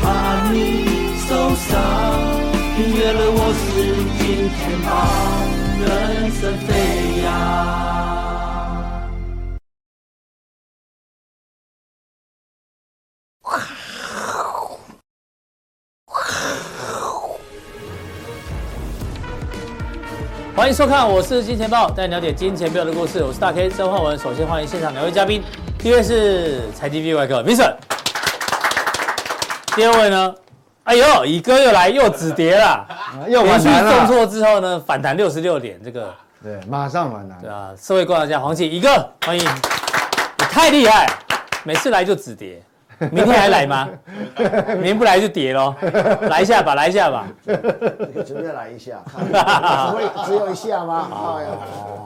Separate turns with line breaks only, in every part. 怕你受伤，订阅了我是今天吧，人生飞扬。
欢迎收看，我是金钱豹，带你了解金钱豹的故事。我是大 K 曾焕文。首先欢迎现场两位嘉宾，第一位是财经 B 外科 Vincent，第二位呢，哎呦，乙哥又来又止跌啦，
又
连
反
续
弹
重挫
了，
之后呢，反弹六十六点，这个
对，马上反弹
对。啊，社会观察家黄启乙哥，欢迎，你太厉害，每次来就止跌，明天还来吗？明天不来就跌喽，来一下吧，来一下吧。
随便来一下，看只会只有一下吗？哎呀，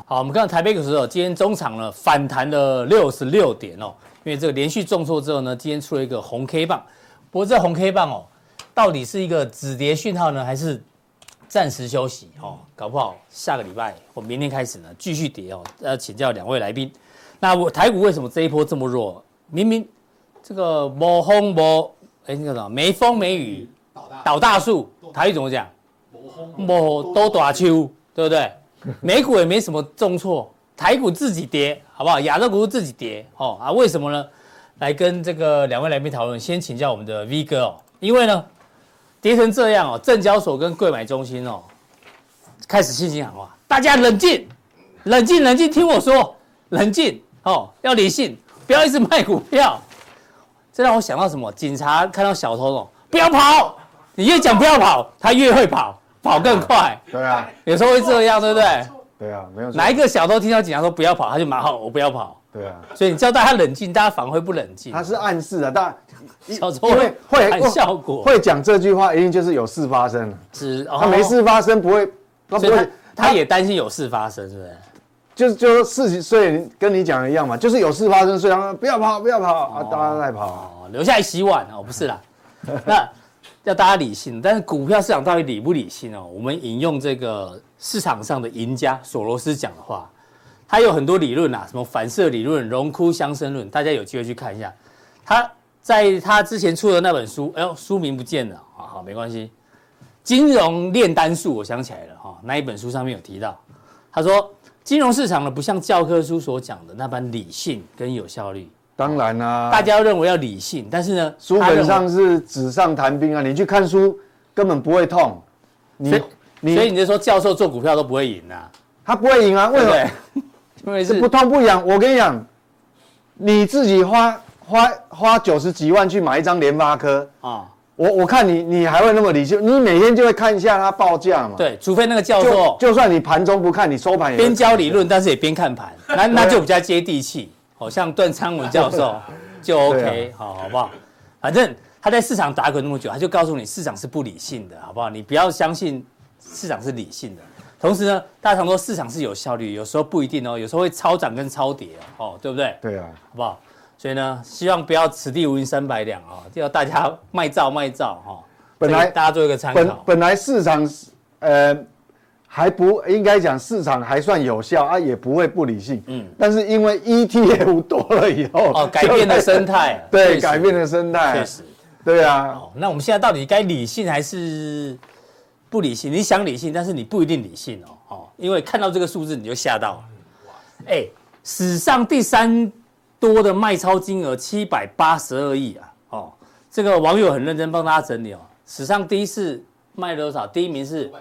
好，我们看到台北股市哦，今天中场呢反弹了六十六点哦，因为这个连续重挫之后呢，今天出了一个红 K 棒。不过这红 K 棒哦，到底是一个止跌讯号呢，还是暂时休息哦？搞不好下个礼拜或明天开始呢继续跌哦。要请教两位来宾，那我台股为什么这一波这么弱？明明这个没风没哎那个什么没风没雨倒大树，台语怎么讲？某都大秋，对不对？美股也没什么重挫，台股自己跌，好不好？亚洲股自己跌，哦啊，为什么呢？来跟这个两位来宾讨论，先请教我们的 V 哥哦，因为呢，跌成这样哦，证交所跟贵买中心哦，开始信心喊话，大家冷静，冷静，冷静，听我说，冷静哦，要理性，不要一直卖股票。这让我想到什么？警察看到小偷哦，不要跑，你越讲不要跑，他越会跑，跑更快。
对啊，
有时候会这样，对不对？
对啊，没有错
哪一个小偷听到警察说不要跑，他就马上我不要跑。
对啊，
所以你叫大家冷静，大家反而会不冷静
他。是暗示的，但
小偷
因为会
看效果
会讲这句话，一定就是有事发生了。
只
他没，事发生，不会，他
哦
不
所以
会
他，他也担心有事发生，是不是？
就是就是事情，所以跟你讲的一样嘛，就是有事发生，所以他们不要跑，不要跑啊，大家都在跑。
哦，留下来洗碗哦，不是啦。那要大家理性，但是股票市场到底理不理性哦？我们引用这个市场上的赢家索罗斯讲的话，他有很多理论啊，什么反射理论、荣枯相生论，大家有机会去看一下。他在他之前出的那本书，哎呦，书名不见了，好好没关系。金融炼丹术，我想起来了哈、那一本书上面有提到，他说金融市场呢不像教科书所讲的那般理性跟有效率，
当然啦，
大家认为要理性，但是呢，
啊书
他
本
认为
上是纸上谈兵啊，你去看书根本不会痛，
所
你
以所以你就说教授做股票都不会赢啊，
他不会赢啊，为
对不
什么？
对？ 因为
这
是
不痛不痒，我跟你讲，你自己花花花九十几万去买一张联发科，
啊，
我我看你你还会那么理性？你每天就会看一下它报价嘛。，
对，除非那个教
就
授
就算你盘中不看，你收盘也会
边教理论，但是也边看盘，那那就比较接地气。好像段昌文教授
啊
就 OK，好好不好？反正他在市场打滚那么久，他就告诉你市场是不理性的，好不好？你不要相信市场是理性的。同时呢，大家常说市场是有效率，有时候不一定哦，有时候会超涨跟超跌哦，哦对不对？
对啊，
好不好？所以呢，希望不要此地无银三百两啊、要大家卖照卖照哈、
本来
这个大家做一个参
本
考，
本来市场呃还不应该讲市场还算有效啊，也不会不理性。嗯，但是因为 ETF 多了以后，，
哦，改变了生态 确
对
实
改变了生态，
确实。
对啊，
哦，那我们现在到底该理性还是不理性？你想理性，但是你不一定理性哦，哦，因为看到这个数字你就吓到了。
嗯
哎，史上第三多的卖超金额七百八十二亿啊！哦，这个网友很认真帮大家整理哦，史上第一次卖了多少？第一名是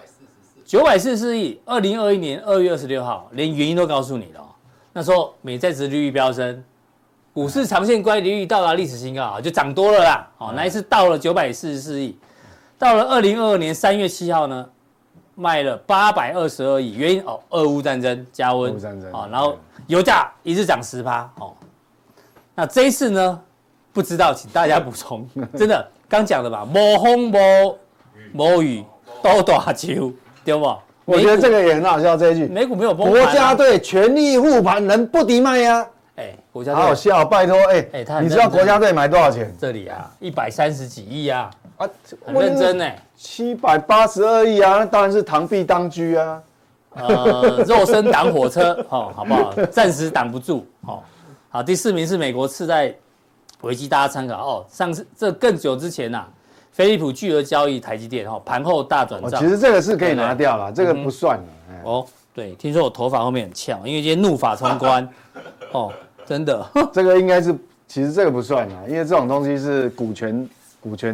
九百四十四亿，二零二一年二月二十六号，连原因都告诉你了、哦。那时候美债值利率飙升，股市长线乖离率到达历史新高啊，就涨多了啦。
嗯
哦，那一次到了九百四十四亿，到了二零二二年三月七号呢，卖了八百二十二亿，原因哦，俄乌战争加温，
俄乌战争
哦，然后油价一日涨十趴哦。那这一次呢，不知道，请大家补充， 真的刚讲的吧，无风无无雨都大秋，对不？
我觉得
美股
这个也很好笑这一句。
美股没有崩
国
盘啊
家队全力护盘，人不敌卖呀、
哎，国家
好好
队
笑，拜托，哎、
哎他很
你知道
认真
国家队买多少钱
这里啊，一百三十几亿啊，
啊？
很认真欸呢、
七百八十二亿啊，那当然是螳臂当车啊。
呃，肉身挡火车， 哦，好不好？暂时挡不住，哦。好，第四名是美国次贷危机，大家参考哦。上次这更久之前呐、飞利浦巨额交易台积电哈，盘后大转
哦，
账
其。实这个是可以拿掉了，这个不算了。哎
哦，对，听说我头发后面很翘，因为今天怒发冲冠。哦，真的，
这个应该是，其实这个不算啦，因为这种东西是股权，股权，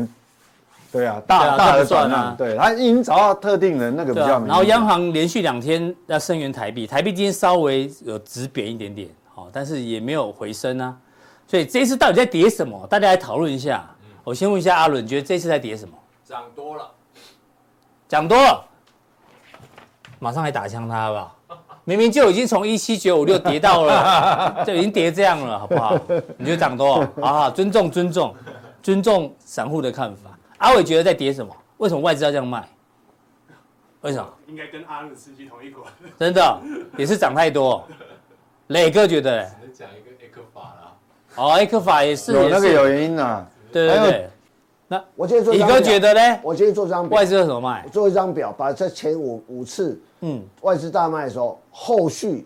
对啊，
对啊
大大
这
的
不算
转
啊
让，对，他已经找到特定人，那个比
对
较
啊。
明显。
然后央行连续两天要声援台币，台币今天稍微有止贬一点点，好、但是也没有回升啊。所以这一次到底在跌什么？大家来讨论一下。我先问一下阿伦，你觉得这一次在跌什么？
嗯涨多了，
讲多了，马上来打枪他吧。 明明就已经从一七九五六跌到了，就已经跌这样了，好不好？你就 涨多了，好好尊重尊重尊重散户的看法。阿伟觉得在跌什么？为什么外资要这样卖？为什么？
应该跟阿伦司机同一国。
真的也是涨太多。磊哥觉得嘞，
只能讲一个 A 克法啦，
哦，艾克法也是，
有那个
也是，
有原因啊，
对对
还有
对。
我今天做一
李
张
哥
表
觉得嘞，
我今天做张表
外，资为什么卖？
做一张表，把这前五五次
嗯，
外资大卖的时候，后续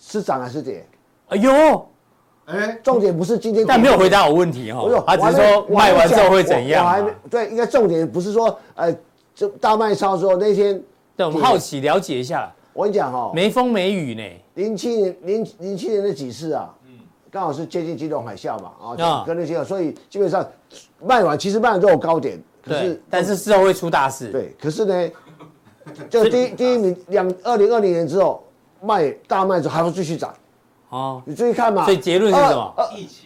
是涨还是跌？
哎呦，
哎，重点不是今天，
但没有回。答我问题
我有
哦，，他只是说
我
卖
还没
完之后会
我
怎样啊
我
嘛
还。没对，应该重点不是说呃，这大卖超之后那天，
对，我们好奇了解一下，
我跟你讲哈，
没风没雨呢，
零七年零零七年那几次啊，刚好是接近金融海啸嘛，啊，
嗯啊
就跟那些，所以基本上卖完其实卖完都有高点，可
对
是，
但是事后会出大事。，
对，可是呢，就第一第一名两二零二零年之后卖大卖之后还会继续涨，
哦，
你注意看嘛。
所以结论是什么
二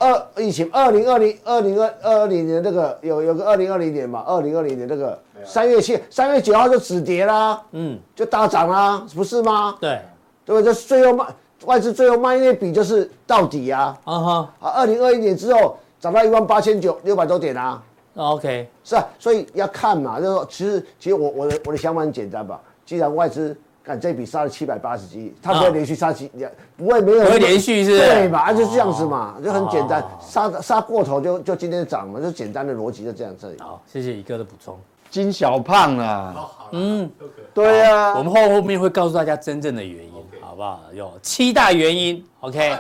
二二疫情，二零二零二零二二零年那个有有个二零二零年嘛，二零二零年那个三月七三月九号就止跌啦，
嗯，
就大涨啦，不是吗？
对，
对吧？这最后卖外资最后卖那笔就是到底啊
啊哈
啊！二零二一年之后涨到一万八千九六百多点啊，
，OK，
是啊，所以要看嘛，就是说其实其实我我的我的想法很简单吧，既然外资干这笔杀了七百八十几，它不会
啊
连续杀几，不会没有
不会连续是不是
对嘛，啊就是这样子嘛，就很简单
哦，
杀杀过头就就今天涨嘛，就简单的逻辑就这样这里。
好，谢谢一哥的补充。
金小胖啦，
嗯，
对啊
我，们后后面会告诉大家真正的原因，好不好？有七大原因，OK，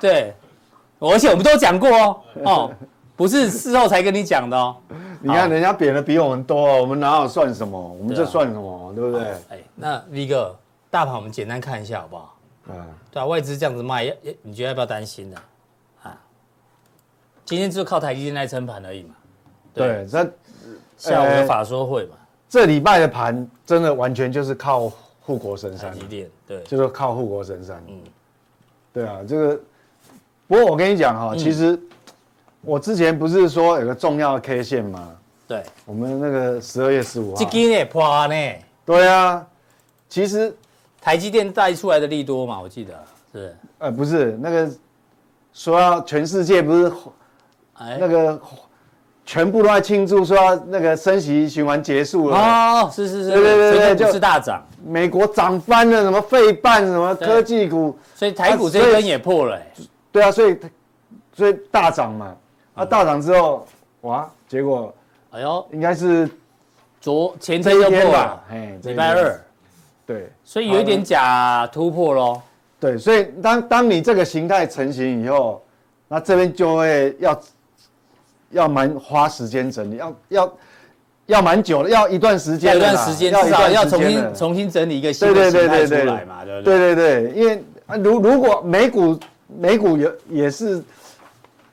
对，而且我们都讲过哦，哦，不是事后才跟你讲的哦。
你看人家贬的比我们多哦，我们哪有算什么？我们
对
这
啊
算什么？对不对？
哎，那 V 哥，大盘我们简单看一下好不好？
嗯，
对啊，外资这样子卖，要要你觉得要不要担心呢、啊？今天就靠台积电来撑盘而已嘛。
对，哎这呃
下午的法说会嘛，
这礼拜的盘真的完全就是靠护国神
台
山
积，电对，
就是靠护国神山。
哎嗯
嗯，对啊，这个。不过我跟你讲
嗯
哈、其实我之前不是说有个重要的 K 线吗？
对，
我们那个十二月十五号
这。今也破呢，
对啊，其实
台积电带出来的利多嘛，我记得是，
呃不是那个说要全世界不是
哎
那个全部都在庆祝说要那个升息循环结束了。
哦，是是是，
对对对对
所以股
就
市大涨，
美国涨翻了，什么费半，什么科技股，
所以台股
啊
这
所以
根也破了、哎
对啊，所以所以大涨嘛，啊
嗯
大涨之后，哇，结果
哎呦，
应该是
昨前天
这
就
一
破
天吧
了，，
哎，这
礼
一
拜
天，
二，
对
所以有一点假突破喽，
对，所以当当你这个形态成型以后，那这边就会要要蛮花时间整理，要要要蛮久的，要一段时间
要一
的啦，
段时间
要
至
一
少
段
要
时
重
间
新
的
重新整理一个新
对
的
对
形
对
态
对
出
对，
来嘛，对不对？
对对对，因为啊如如果美股美股有也是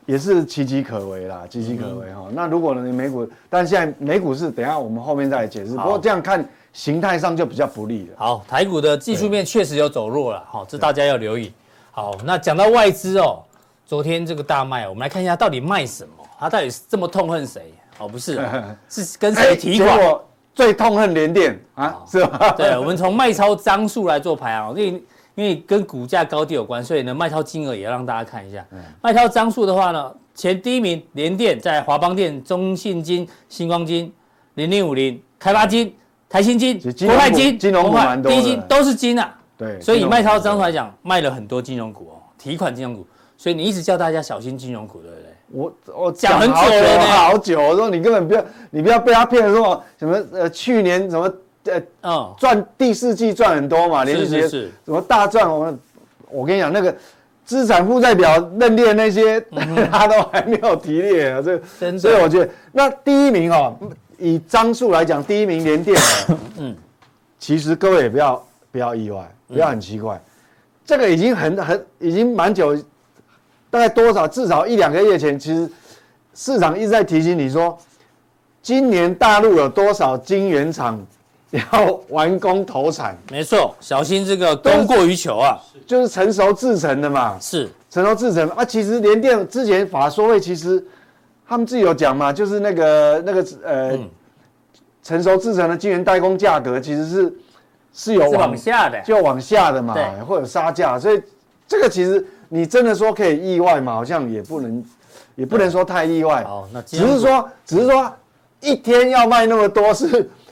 也是岌岌可危啦，岌岌可
嗯
危哈、那如果呢你美股，但现在美股是等一下我们后面再来解释，不过这样看形态上就比较不利了。
好，台股的技术面确实有走弱了，好、这大家要留意。好，那讲到外资哦，昨天这个大卖，我们来看一下到底卖什么，他到底是这么痛恨谁？哦，不是哦， 是跟谁提
哎结
款？哦
果最痛恨联电啊，是 吧？
对，我们从卖超张数来做排行，因为因为跟股价高低有关，所以呢，卖超金额也要让大家看一下。
嗯
卖超张数的话呢，前第一名联电在华邦电、中信金、星光金、零零五零、开发金、台新金
其实、金
国泰
融股
金、
金融股
国泰
蛮多的
第一金都是金啊。
对，
所以卖超张
张
数来讲，卖了很多金融股哦，提款金融股，所以你一直叫大家小心金融股，对不对？
我我
讲很久
好
了呢
好久，我说你根本不要，你不要被他骗，说什么呃去年什么呃
嗯，
赚第四季赚很多嘛，连
是
续
是
节
是，
什么大赚，我们我跟你讲那个资产负债表认列那些，他都还没有提列啊，这
嗯真的
所以我觉得那第一名哦，以张数来讲，第一名联电哦，
嗯
其实各位也不要不要意外，不要很奇怪，这个已经很很已经蛮久，大概多少至少一两个月前，其实市场一直在提醒你说，今年大陆有多少晶圆厂要完工投产，
没错，小心这个
是
供过于求啊，
就是成熟制成的嘛，
是
成熟制成啊，其实联电之前法说会其实他们自己有讲嘛，就是那个那个呃、成熟制成的晶圆代工价格其实是是有
是往下的，
就往下的嘛
对，
或者杀价，所以这个其实你真的说可以意外嘛，好像也不能也不能说太意外，
好那今
只
天
是说只是说一天要卖那么多是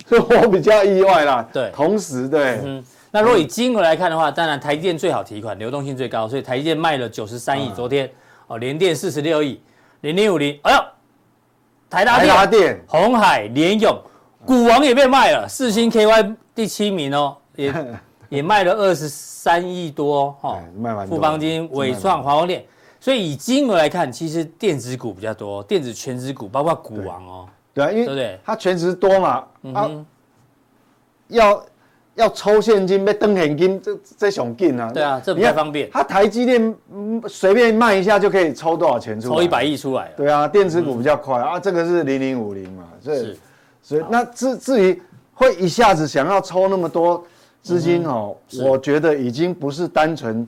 是我比较意外啦，
对
同时对，
嗯，那如果以金额来看的话，当然台积电最好提款，流动性最高，所以台积电卖了九十三
嗯
亿，昨天哦，联电四十六亿，零零五零，哎呦，台达
台
电、
达电
红海、联咏、股王也被卖了，四星 KY 第七名哦，也 也卖了二十三亿多哦，哦
哎卖蛮多
富邦金、伟创、华虹电，所以以金额来看，其实电子股比较多，电子全指股包括股王哦，
对啊，因
对不对
为它全值多嘛，啊
嗯，
要要抽现金，要登现金，这这熊劲啊！
对啊这比
你看
较方便
它台积电嗯随便卖一下就可以抽多少钱出来？
抽一百。亿出来了，
对啊，电子股比较快啊，这个是零零五零嘛，所以
是
所以那至至于会一下子想要抽那么多资金
嗯
哦，我觉得已经不是单纯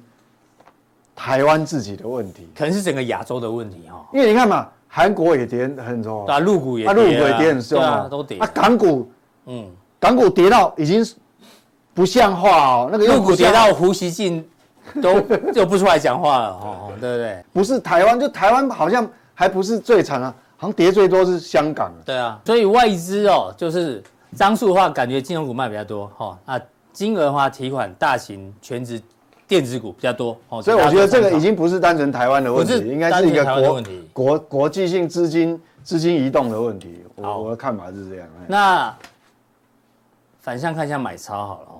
台湾自己的问题，
可能是整个亚洲的问题哈、哦。
因为你看嘛，韩国也跌很多，
对啊，入股也
啊，
跌
陆
啊
股也跌很凶
对
哦
啊，都跌
啊，，港股
嗯，
港股跌到已经不像话哦，那个又
入
不
股跌
像
到胡锡进 都就不出来讲话了，哦，对不对？
不是台湾，就台湾好像还不是最惨啊，好像跌最多是香港啊。
对啊，所以外资哦，就是张数的话，感觉金融股卖比较多哈、哦，那金额的话，提款大型全职电子股比较多哦，
所以我觉得这个已
给
经不是单纯台湾的问题
不，是
应该是一
单纯
个
台湾的
国
问题
国国际性资金资金移动的问题。
好
我我的看法是这样。
大家
啊
参考哦那反向看一下买超好了哦，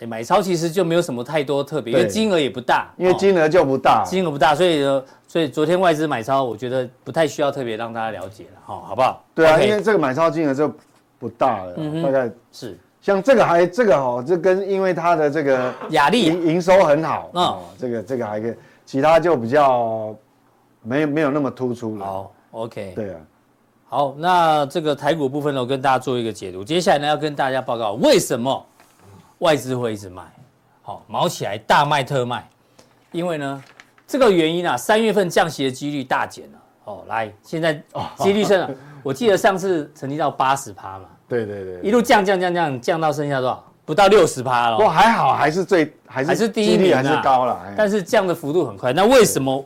哎，买超其实就没有什么太多特别，因为
对
金额也不大，
因为
哦
金额就不大，
金额不大，所以呢，所以昨天外资买超，我觉得不太需要特别让大家了解了，哈、好不好？
对啊
OK，嗯
因为这个买超金额就不大了，大概
是
像这个还这个哦，这跟因为它的这个
雅啊丽
营营收很好
嗯
哦，这个这个还可以，其他就比较没有没有那么突出了。
好，OK，
嗯对啊，
好，那这个台股部分呢，我跟大家做一个解读。接下来呢，要跟大家报告为什么外资会一直卖，好，毛起来大卖特卖，因为呢，这个原因啊，三月份降息的几率大减了。哦，来，现在几率剩 了，啊我记得上次曾经到八十趴嘛，
对对对
一路降降降降降到剩下多少？不到六十趴了。
不过还好，还是最还是
还是第一
几率
名啊
还是高了。哎
但是降的幅度很快。那为什么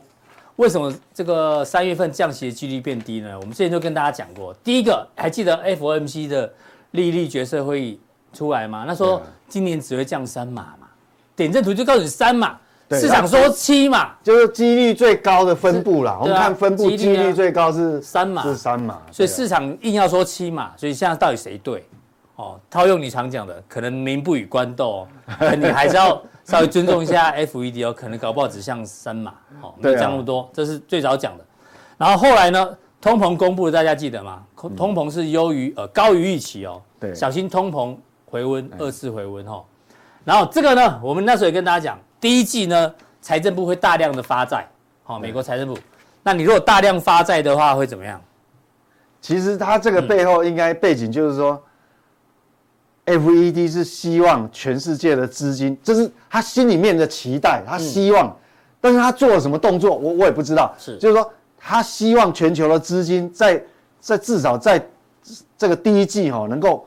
为什么这个三月份降息的几率变低呢？我们之前就跟大家讲过，第一个还记得 FOMC 的利率决策会议出来吗？那说
对啊
今年只会降三码嘛，点阵图就告诉你三码，
对
市场说七码，
就是几率最高的分布啦，
是
我们看分布
对啊
几率最高是
三嘛
是三嘛，
所以
对啊
市场硬要说七码，所以现在到底谁对？哦，套用你常讲的，可能民不与官 斗、哦，你还是要稍微尊重一下 FED 哦，可能搞不好只像三码哦，没有
对啊
降那么多，这是最早讲的。然后后来呢，通膨公布的，大家记得吗？通通膨是优于呃高于预期哦，
嗯对哎
小心通膨回温，二次回温哦。然后这个呢，我们那时候也跟大家讲，第一季呢，财政部会大量的发债，好、美国财政部。那你如果大量发债的话，会怎么样？
其实它这个背后应该背景就是说。FED 是希望全世界的资金，这是他心里面的期待，
嗯
他希望，但是他做了什么动作，我我也不知道。
是
就是说他希望全球的资金在在至少在这个第一季哈、哦、能够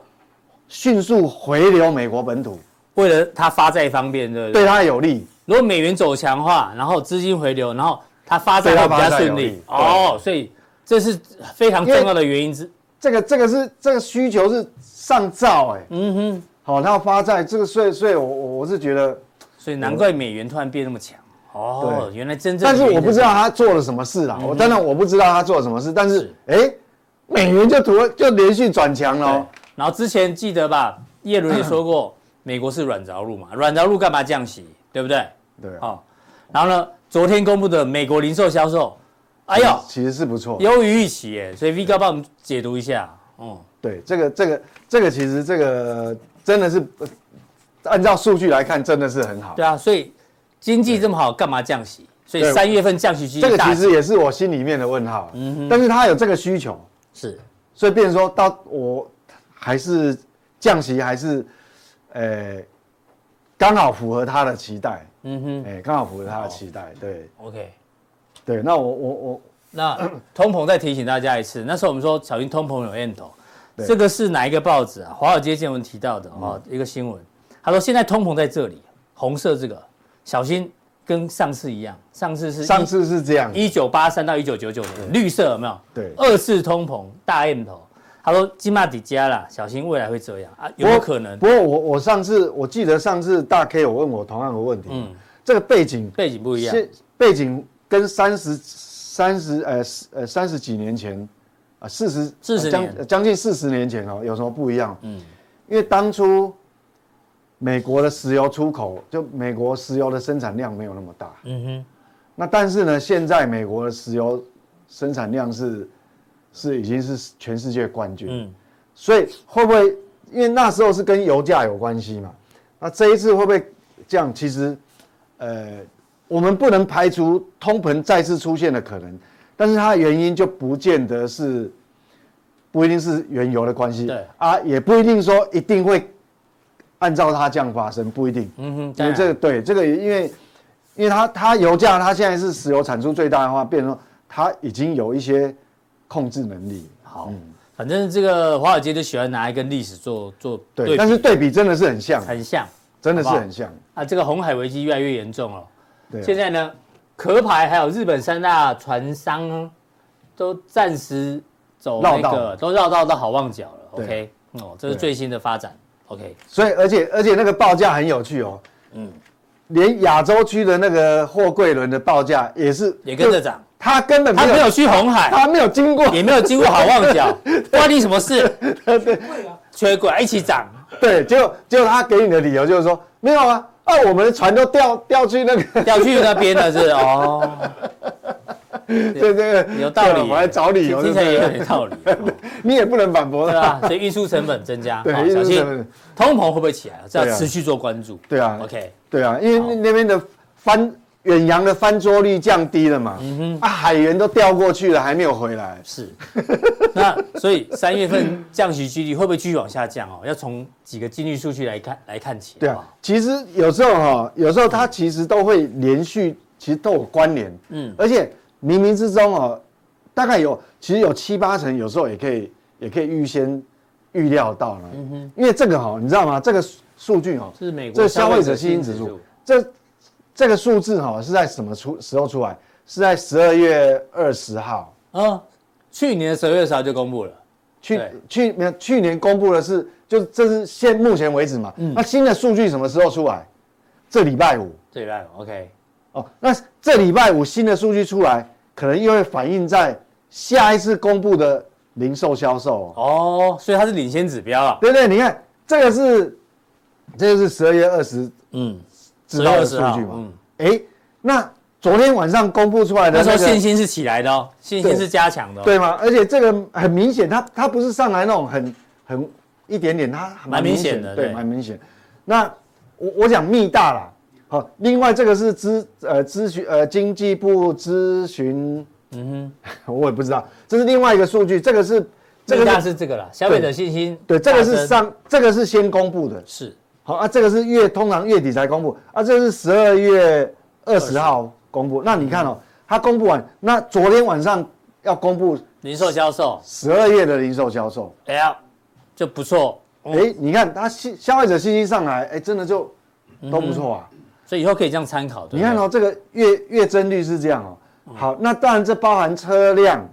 迅速回流美国本土，
为了它发债方便，对不对？
对他有利。
如果美元走强的话，然后资金回流，然后它发债
对
会
它
比较
发债有
顺利
利。
哦，所以这是非常重要的原因之。
这个这个是这个需求是上兆哎、
嗯哼，
好、他要发债，这个税税我我我是觉得，
所以难怪美元突然变那么强。哦，原来真正
但
的嗯
是
原因
我不知道他做了什么事啦。我当然我不知道他做了什么事，但是哎、诶美元就突就连续转强
对
了。
然后之前记得吧，耶伦也说 过，美国是软着陆嘛，软着陆干嘛降息，对不对？
对啊，
哦，然后呢，昨天公布的美国零售销售，哎呦，
其实是不错。
优于预期耶，所以 V 哥帮我们解读一下，哦，
对，这个这个这个其实这个真的是呃按照数据来看，真的是很好
对。啊，所以经济这么好，干嘛降息？所以
对
三月份降息几
这
率
个
大
其实也是我心里面的问号，啊
嗯
但是他有这个需求，
是
所以变成说到我还是降息，还是呃刚好符合他的期待，
嗯哼
哎、刚好符合他的期待，对
，OK。
对。那我我我
那通膨再提醒大家一次，那时候我们说小心通膨有 N 头，
对嗯
这个是哪一个报纸啊？华尔街见闻提到的哦，一个新闻，他说现在通膨在这里，红色这个小心跟上次一样，上次是
上次是这样，
一九八三到一九九九年，绿色有没有？
对
二次通膨大 M 头，他说金马底加啦，小心未来会这样啊，有没有可能
不过我我上次我记得上次大 K 有问我同样的问题，
嗯
这个背景
背景不一样？
是背景跟三十三十呃十呃三十几年前啊四十
40
将
年
将近四十年前哦，有什么不一样？嗯，因为当初美国的石油出口，就美国石油的生产量没有那么大，
嗯哼，
那但是呢，现在美国的石油生产量是是已经是全世界冠军，
嗯，
所以会不会因为那时候是跟油价有关系嘛？那这一次会不会这样？其实，呃，我们不能排除通膨再次出现的可能，但是它的原因就不见得是不一定是原油的关系，
对
啊，也不一定说一定会按照它这样发生，不一定。
嗯哼，
因
当
为
然
这个对这个，因为因为它它油价它现在是石油产出最大的话，变成说它已经有一些控制能力。
好，
嗯
反正这个华尔街就喜欢拿来跟历史做做
对，
比
但是对比真的是很像，
很像
真的是
好不好
很像。
啊，这个红海危机越来越严重了。
对啊，
现在呢，壳牌还有日本三大船商都暂时走那
绕道
个，都绕道到好望角了。
对
OK，哦，这是
对
最新的发展。OK，
所以而且而且那个报价很有趣哦，嗯，连亚洲区的那个货柜轮的报价也是
也跟着，涨，
它根本
他没有去红海，
它没有经过，
也没有经过好望角，关你什么事？缺轨一起涨，
对，结果结果他给你的理由就是说没有啊，啊我们的船都掉掉去那个，
要去那边了是哦，
对这个
有道理
我来找理由，
听
对
起来
不
也有
对？
点道理，哦
你也不能反驳
对
他。
啊，所以运输成本增加，
对
好
运输
小心
成本
通膨会不会起来？这
对
要
啊
持续做关注。
对啊
，OK，
对啊，因为那那边的翻远洋的翻桌率降低了嘛，啊，海员都调过去了，还没有回来。
是， 那所以三月份降息几率会不会继续往下降哦？要从几个经济数据来看来看起。
对
好不
啊
好，，
其实有时候哈，有时候它其实都会连续，其实都有关联，
嗯
嗯，而且冥冥之中哦，大概有其实有七八成，有时候也可以也可以预先预料到了，嗯哼，因为这个哈，你知道吗？这个数据哦，
这是美国
这消费
信
者信
心
心
指
指
数
数，这这个数字哈是在什么出时候出来？是在十二月二十号。
嗯，去年的十月十号就公布了，
去
对
去没有去年公布的是，就这是现目前为止嘛。
嗯
那新的数据什么时候出来？这礼拜五
这礼拜 OK，
哦。那这礼拜五新的数据出来，可能又会反映在下一次公布的零售销售、哦。
哦，所以它是领先指标啊。
对不对，你看这个是，这个是十二月二十
嗯，
知道的数
12号
据嘛
嗯？
哎、那昨天晚上公布出来的、
那
那
时
个
候信心是起来的哦，信心
对
是加强的、哦。
对吗？而且这个很明显，它它不是上来那种很很一点点，它
蛮明显的对
对，蛮明显。那我我讲密大啦，好，另外这个是咨呃咨询呃经济部咨询，嗯哼， 我也不知道，这是另外一个数据，这个是这
这个
个
大
是
是这个啦，消费者信心
对，这个是
上
上这个是先公布的，
是
好啊，这个是月通常月底才公布啊，这是十二月二十号公布。那你看哦，它公布完，那昨天晚上要公布
零售销售，
十二月的零售销售，
哎呀，就不错，
哎、你看它消消费者信心上来，哎、真的就
嗯
都不错啊。
所以以后可以这样参考。对不对
你看哦，这个月月增率是这样哦。
嗯
好，那当然这包含车辆，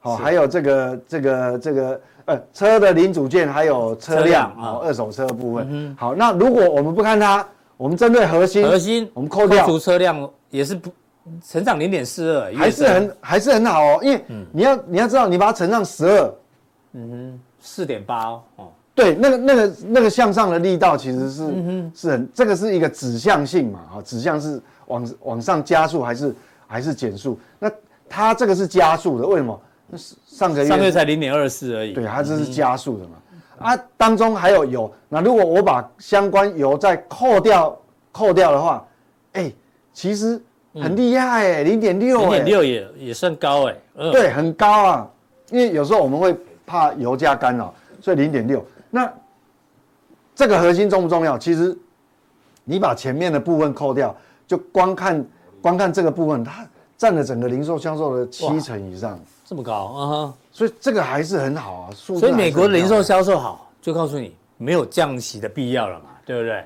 好、还有这个这个这个呃车的零组件，还有车
车辆
辆
啊嗯
哦，二手车的部分。好，那如果我们不看它，我们针对核心，
核心
我们扣掉
除车辆也是不成长零点四二，
还是很还是很好哦，因为
嗯
你要你要知道，你把它乘上十二，
四点八哦。哦
对，那个那个那个向上的力道其实是、
嗯
是很，这个是一个指向性嘛，哈，指向是往往上加速还是还是减速？那它这个是加速的，为什么？那是上个月
上个月才嗯零点二四而已。
对，它这是加速的嘛。啊，当中还有油，那如果我把相关油再扣掉扣掉的话，哎、其实很厉害哎、零点六
嗯零
哎，
点六也也算高哎、 嗯，
对，很高啊。因为有时候我们会怕油价干扰，所以零点六。那这个核心重不重要？其实你把前面的部分扣掉，就光看光看这个部分，它占了整个零售销售的七成以上，
这么高啊哈、
所以这个还是很好啊。数字
所以
还是
美国
很
的零
漂
售
亮
销售好，就告诉你没有降息的必要了嘛，对不对？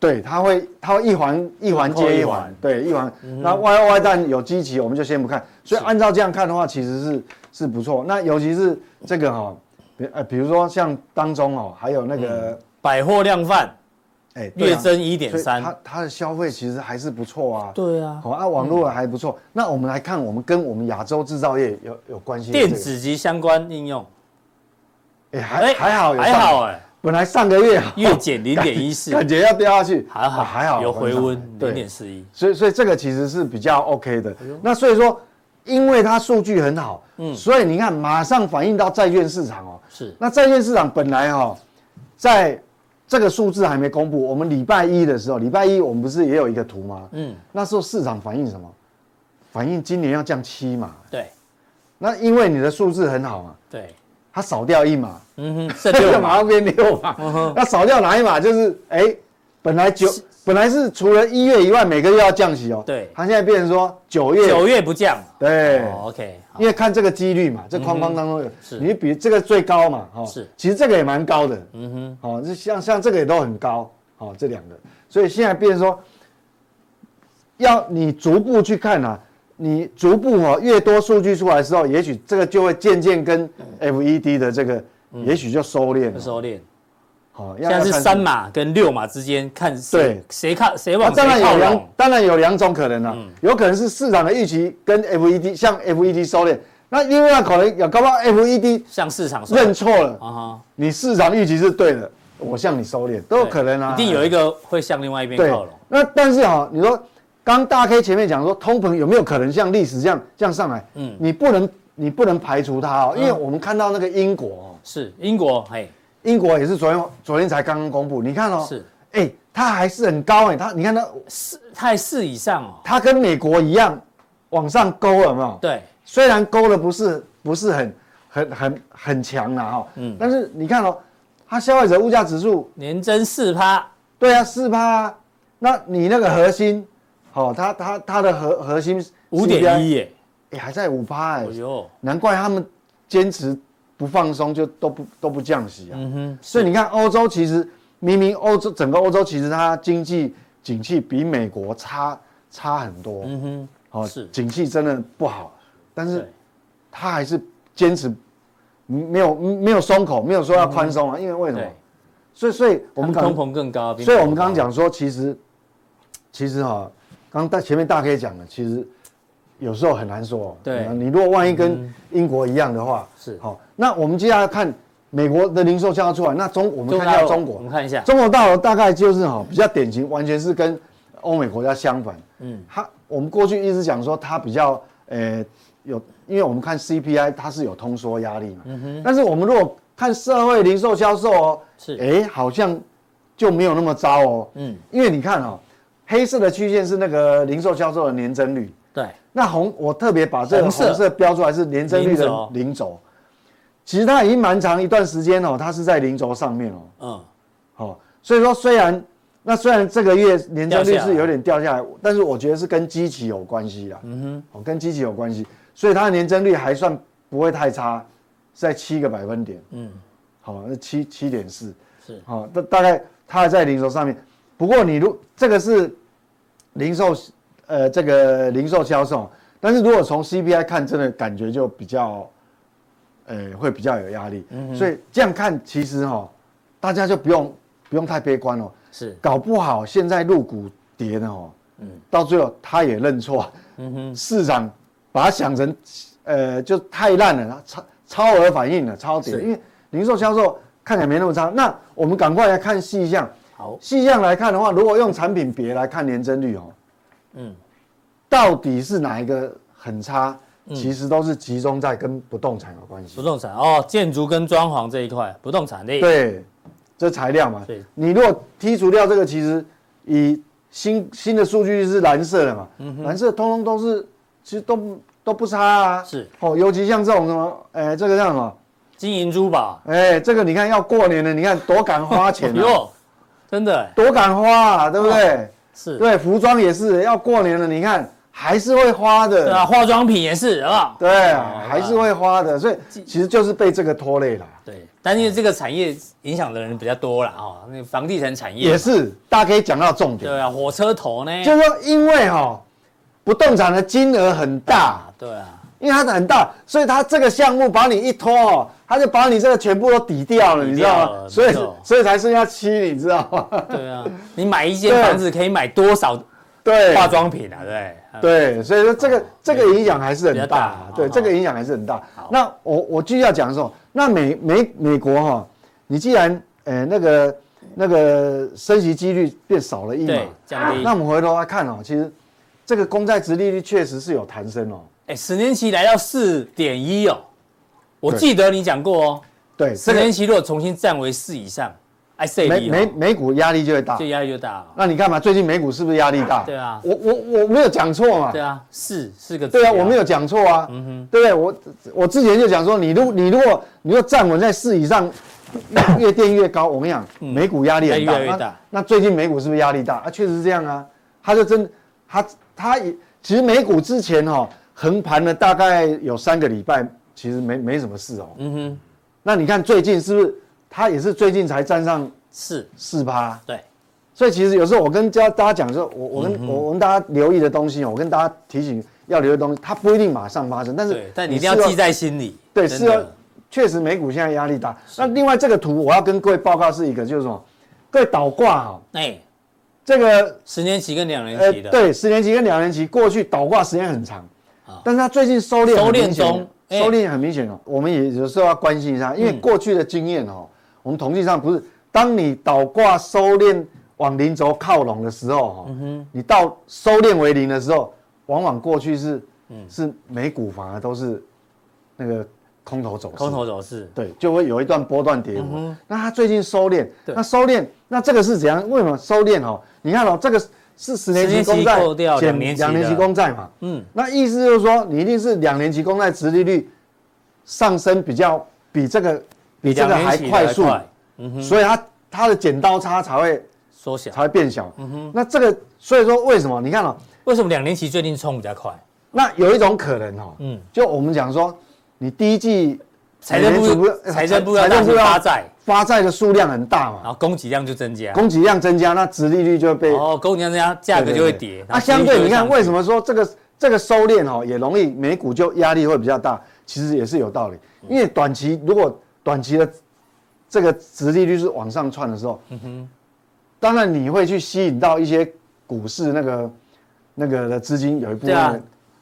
对，它会它会一环一环
扣哦一
接一环
环，嗯
对一环。那 Y O Y 但有基期，我们就先不看。所以按照这样看的话，其实是是不错。那尤其是这个哈、比呃比如说像当中哦，还有那个
百货量贩
哎
嗯
对啊
月增一点
所以
三，
它它的消费其实还是不错啊。
对啊
好啊，网络还不错。那我们来看，我们跟我们亚洲制造业有有关系的这个。
电子及相关应用，
哎还还好有
还
上
好哎、
本来上个月
月减零点一四，
感觉要掉下去，
还好
啊还好
有回温
对
零点四一，
所以所以这个其实是比较 OK 的。那所以说，因为它数据很好，所以你看马上反映到债券市场哦。
是
那债券市场本来哈、哦，在这个数字还没公布，我们礼拜一的时候，礼拜一我们不是也有一个图吗？
嗯
那时候市场反映什么？反映今年要降七嘛。
对
那因为你的数字很好嘛，
对，
它少掉一码，
嗯哼， 剩
这
六
个马
嘛，
上变六
嗯
嘛。那少掉哪一码？就是哎、本来九本来是除了一月以外，每个月要降息哦。
对
它现在变成说九月。
九月不降嘛，
对，
哦，OK，好
因为看这个几率嘛，这框框当中有，
是
你比这个最高嘛，哦，
嗯是
其实这个也蛮高的，
嗯哼，
哦，这像像这个也都很高，哦，这两个，所以现在变成说，要你逐步去看啊，你逐步哦，越多数据出来的时候，也许这个就会渐渐跟
嗯
FED 的这个，也许就收敛
那
了
时，候练，
哦，
嗯现
要
在是
要看
三码跟六码之间看谁
对
谁靠谁
啊
往谁
当然
靠
有两
拢，，嗯
当然有两种可能啦、啊有可能是市场的预期跟 FED 像 FED 收敛，那另外可能有搞不好 FED
向市场说
认错了，
啊哈，
你市场预期是对的，我向你收敛都有
对
可能啊，
一定有一个会向另外一边
对
靠拢，。
那但是哈、你说刚大 K 前面讲说通膨有没有可能像历史这样这样上来？
嗯
嗯，你不能你不能排除它哦，因为我们看到那个英国哦，
是英国，嘿，
英国也是昨天昨天才刚刚公布，你看哦，
是，
哎、它还是很高哎、它你看它
四太四以上哦，
它跟美国一样往上勾了有没有？
对，
虽然勾的不是不是很很很很强啦哈，嗯，但是你看哦，它消费者物价指数，
年增四趴，
对啊，四趴、啊，那你那个核心，好、哦，它它它的核核心
五点一
CPI，
耶，
哎，还在五趴哎
哎，呦，
难怪他们坚持不放松，就都不都不降息啊。
嗯哼，
所以你看，欧洲其实明明欧洲整个欧洲其实它经济景气比美国差差很多，
嗯
哦，
是
景气真的不好，但
哼，
是
对，
他还是坚持没有没有松口，没有说要宽松啊，因为为什么
嗯对？
所以所以
我
我们
们
刚
通，膨更高，比美
所
国
以我们刚刚
高，
讲说，其实其实哈，刚大前面大 K 讲了，其实有时候很难说。
对嗯
你如果万一跟英国一样的话，
是
好。那我们接下来看美国的零售销售出来，那中我们看一
大陆嗯
下中
我
国
们，看一下，
中国大陆大概就是哈比较典型，完全是跟欧美国家相反。
嗯
嗯，它我们过去一直讲说它比较呃有，因为我们看 CPI 它是有通缩压力嘛。嗯哼。但是我们如果看社会零售销售哦，
是
哎、好像就没有那么糟哦。
嗯
嗯，因为你看哦，黑色的曲线是那个零售销售的年增率，
对，
那红我特别把这个
红
红
色
色标出来是年增率
零
的
轴
零轴。其实它已经蛮长一段时间哦，它是在零轴上面哦。
嗯，
哦，所以说虽然那虽然这个月年增率
掉下来
是有点掉下来，但是我觉得是跟基期有关系啦。嗯哼，哦，跟基期有关系，所以它的年增率还算不会太差，是在七个百分点。
嗯
嗯，好、那七七点四
是
好，哦大、大概它还在零售上面。不过你如这个是零售，呃，这个零售销售，但是如果从 CPI 看，真的感觉就比较，呃，会比较有压力。
嗯
所以这样看，其实哈、哦，大家就不用不用太悲观哦，
是，
搞不好现在入股跌的哦，嗯，到最后他也认错，嗯哼，市场把它想成，呃，就太烂了，它超超额反应了，超跌，
是
因为零售销售看起来没那么差。那我们赶快来看细项，
好，
细项来看的话，如果用产品别来看年增率哦，嗯，到底是哪一个很差，其实都是集中在跟不动产有关系
不。动产哦，建筑跟装潢这一块，不动产类。，
对，这材料嘛
对，
你如果剔除掉这个，其实以新新的数据是蓝色的嘛，蓝色通通都是其实都都不差啊。
是
哦，尤其像这种什么，哎，这个叫什么？
金银珠宝。
哎，这个你看要过年了，你看多敢花钱 啊，
哟，真的哎
多敢花啊，对不对？
是。
对，服装也是要过年了，你看还是会花的。
对啊，化妆品也是，好不好？
对啊，还是会花的，所以其实就是被这个拖累了。啊
对，但因为这个产业影响的人比较多了哦，那个房地产产业
也。是，大家可以讲到重点
对，啊，火车头呢？
就是说，因为哈、不动产的金额很大，
啊，对啊，
因为它很大，所以它这个项目把你一拖哦，它就把你这个全部都抵掉了，
抵
你知道
掉了
吗？
没
所以
错
所以才剩下七，你知道吗？
对啊，你买一间房子可以买多少
对，
化妆品啊？对不对，
对，所以说这个这个影响还是
比较
很
大
大
好，
对，
好
这个影响还是很大。那我我继续要讲的时候，那美美美国哈、你既然呃那个那个升息几率变少了一码
对，降低
那我们回头来看哦，其实这个公债值利率确实是有弹升哦，
哎，十年期来到四点一哦，我记得你讲过哦，
对，
十年期如果重新站回四以上，哎，四
这个
以
美美美股压力就会大
这。压力就大了。
那你看嘛，最近美股是不是压力大？
对啊
我我我没有讲错嘛
对，啊，嗯四四个字
对啊，我没有讲错啊，对不对？我我之前就讲说，你如你如果你若站稳在四以上，越越垫越高，我跟你讲，美股压力很大，
嗯越来越大
那。那最近美股是不是压力大啊？确实是这样啊，它就真它它也其实美股之前哈、哦、横盘了大概有三个礼拜，其实没没什么事哦。
嗯哼，
那你看最近是不是它也是最近才站上
四
四趴？
对，
所以其实有时候我跟家大家讲说，我我
嗯
跟、我我跟大家留意的东西哦，我跟大家提醒要留意的东西，它不一定马上发生，但是
对，但你一定要
是
记在心里。
对
真
是啊
的
要确实美股现在压力大。那另外这个图我要跟各位报告是一个就是什么，各位倒挂哈、哦，
哎，
这个
十年期跟两年
呃
期的，
对十年期跟两年期过去倒挂时间很长，但是它最近收敛
啊收
很
敛
明显
中哎嗯
收敛很明显哦。我们也有时候要关心一下，因为过去的经验哦，我们统计上不是，当你倒挂收敛往零轴靠拢的时候
嗯
哈、你到收敛为零的时候，往往过去是
嗯
是美股反而都是那个空头走势，
空头走势，
对，就会有一段波段跌幅。那它最近收敛，
嗯对
那收敛，那这个是怎样？为什么收敛？哦，你看哦，这个是十年期公
十年
债
期扣掉两
减
年期的
两年期公债嘛，
嗯，
那意思就是说，你一定是两年期公债殖利率上升比较比这个比这个
两
还
年期的
快速，
嗯哼，
所以它它的剪刀差才会
缩小
才。会变小。
嗯
那这个所以说为什么？你看哦，
为什么两年期最近冲比较快？
那有一种可能哦，
嗯
就我们讲说，你第一季
财政
美联储
部
不是
财政部要
财
大
政部
幅
要
发债，
发债的数量很大嘛
然，后供给量就增加，
供给量增加，那殖利率就会被
哦，供给量增加，价格就会跌。
那相对你看，为什
么？
么说这个这个收敛哦，也容易美股就压力会比较大？其实也是有道理，因为短期如果短期的这个殖利率是往上窜的时候，
嗯
当然你会去吸引到一些股市那个那个的资金有一部
对
分
啊
会，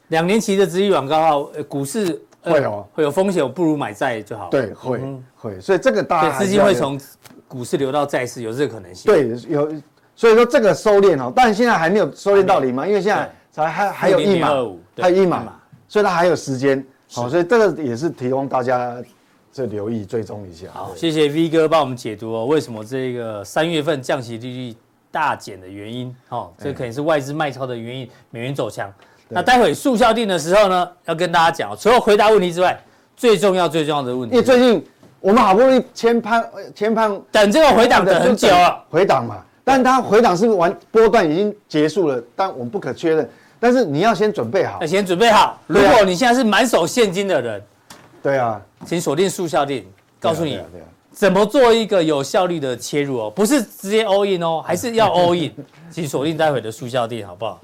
两年期的殖利率往高后，呃股市呃
会有
会有风险，我不如买债就好。，
对会会，所以这个大家
哦嗯对，
还
资
是
金
要
会
有
从股市流到债市，有这个可能性。，
对，有，所以说这个收敛哦，但现在还没有收敛到零嘛，因为现在才还还有一码
0.25，对
还有一
一码
码，所以它还有时间，好，所以这个也是提供大家这留意追踪一下。
好，谢谢 V 哥帮我们解读哦，为什么这个三月份降息利率大减的原因，哦，
哎
这可能是外资卖超的原因，美元走强。那待会速效定的时候呢，要跟大家讲哦，除了回答问题之外，最重要最重要的问
因为
题，
最近我们好不容易千判呃千判
等这个回档等很久啊了。
回档嘛，但它回档是不是完波段已经结束了，但我们不可确认，但是你要先准备好
那，哎先准备好，如
对啊
果你现在是满手现金的人，
对啊，
请锁定速效定，告诉
对
你
啊对啊
怎么做一个有效率的切入哦，不是直接 all in 哦，还是要 all in，请锁定待会的速效定，好不好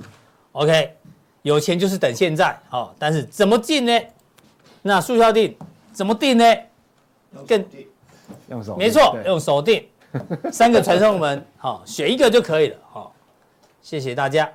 ？OK，有钱就是等现在哦，但是怎么进呢？那速效定怎么定呢？更
用手
没错，
对
用手定，三个传送门， 好、选一个就可以了，好、谢谢大家。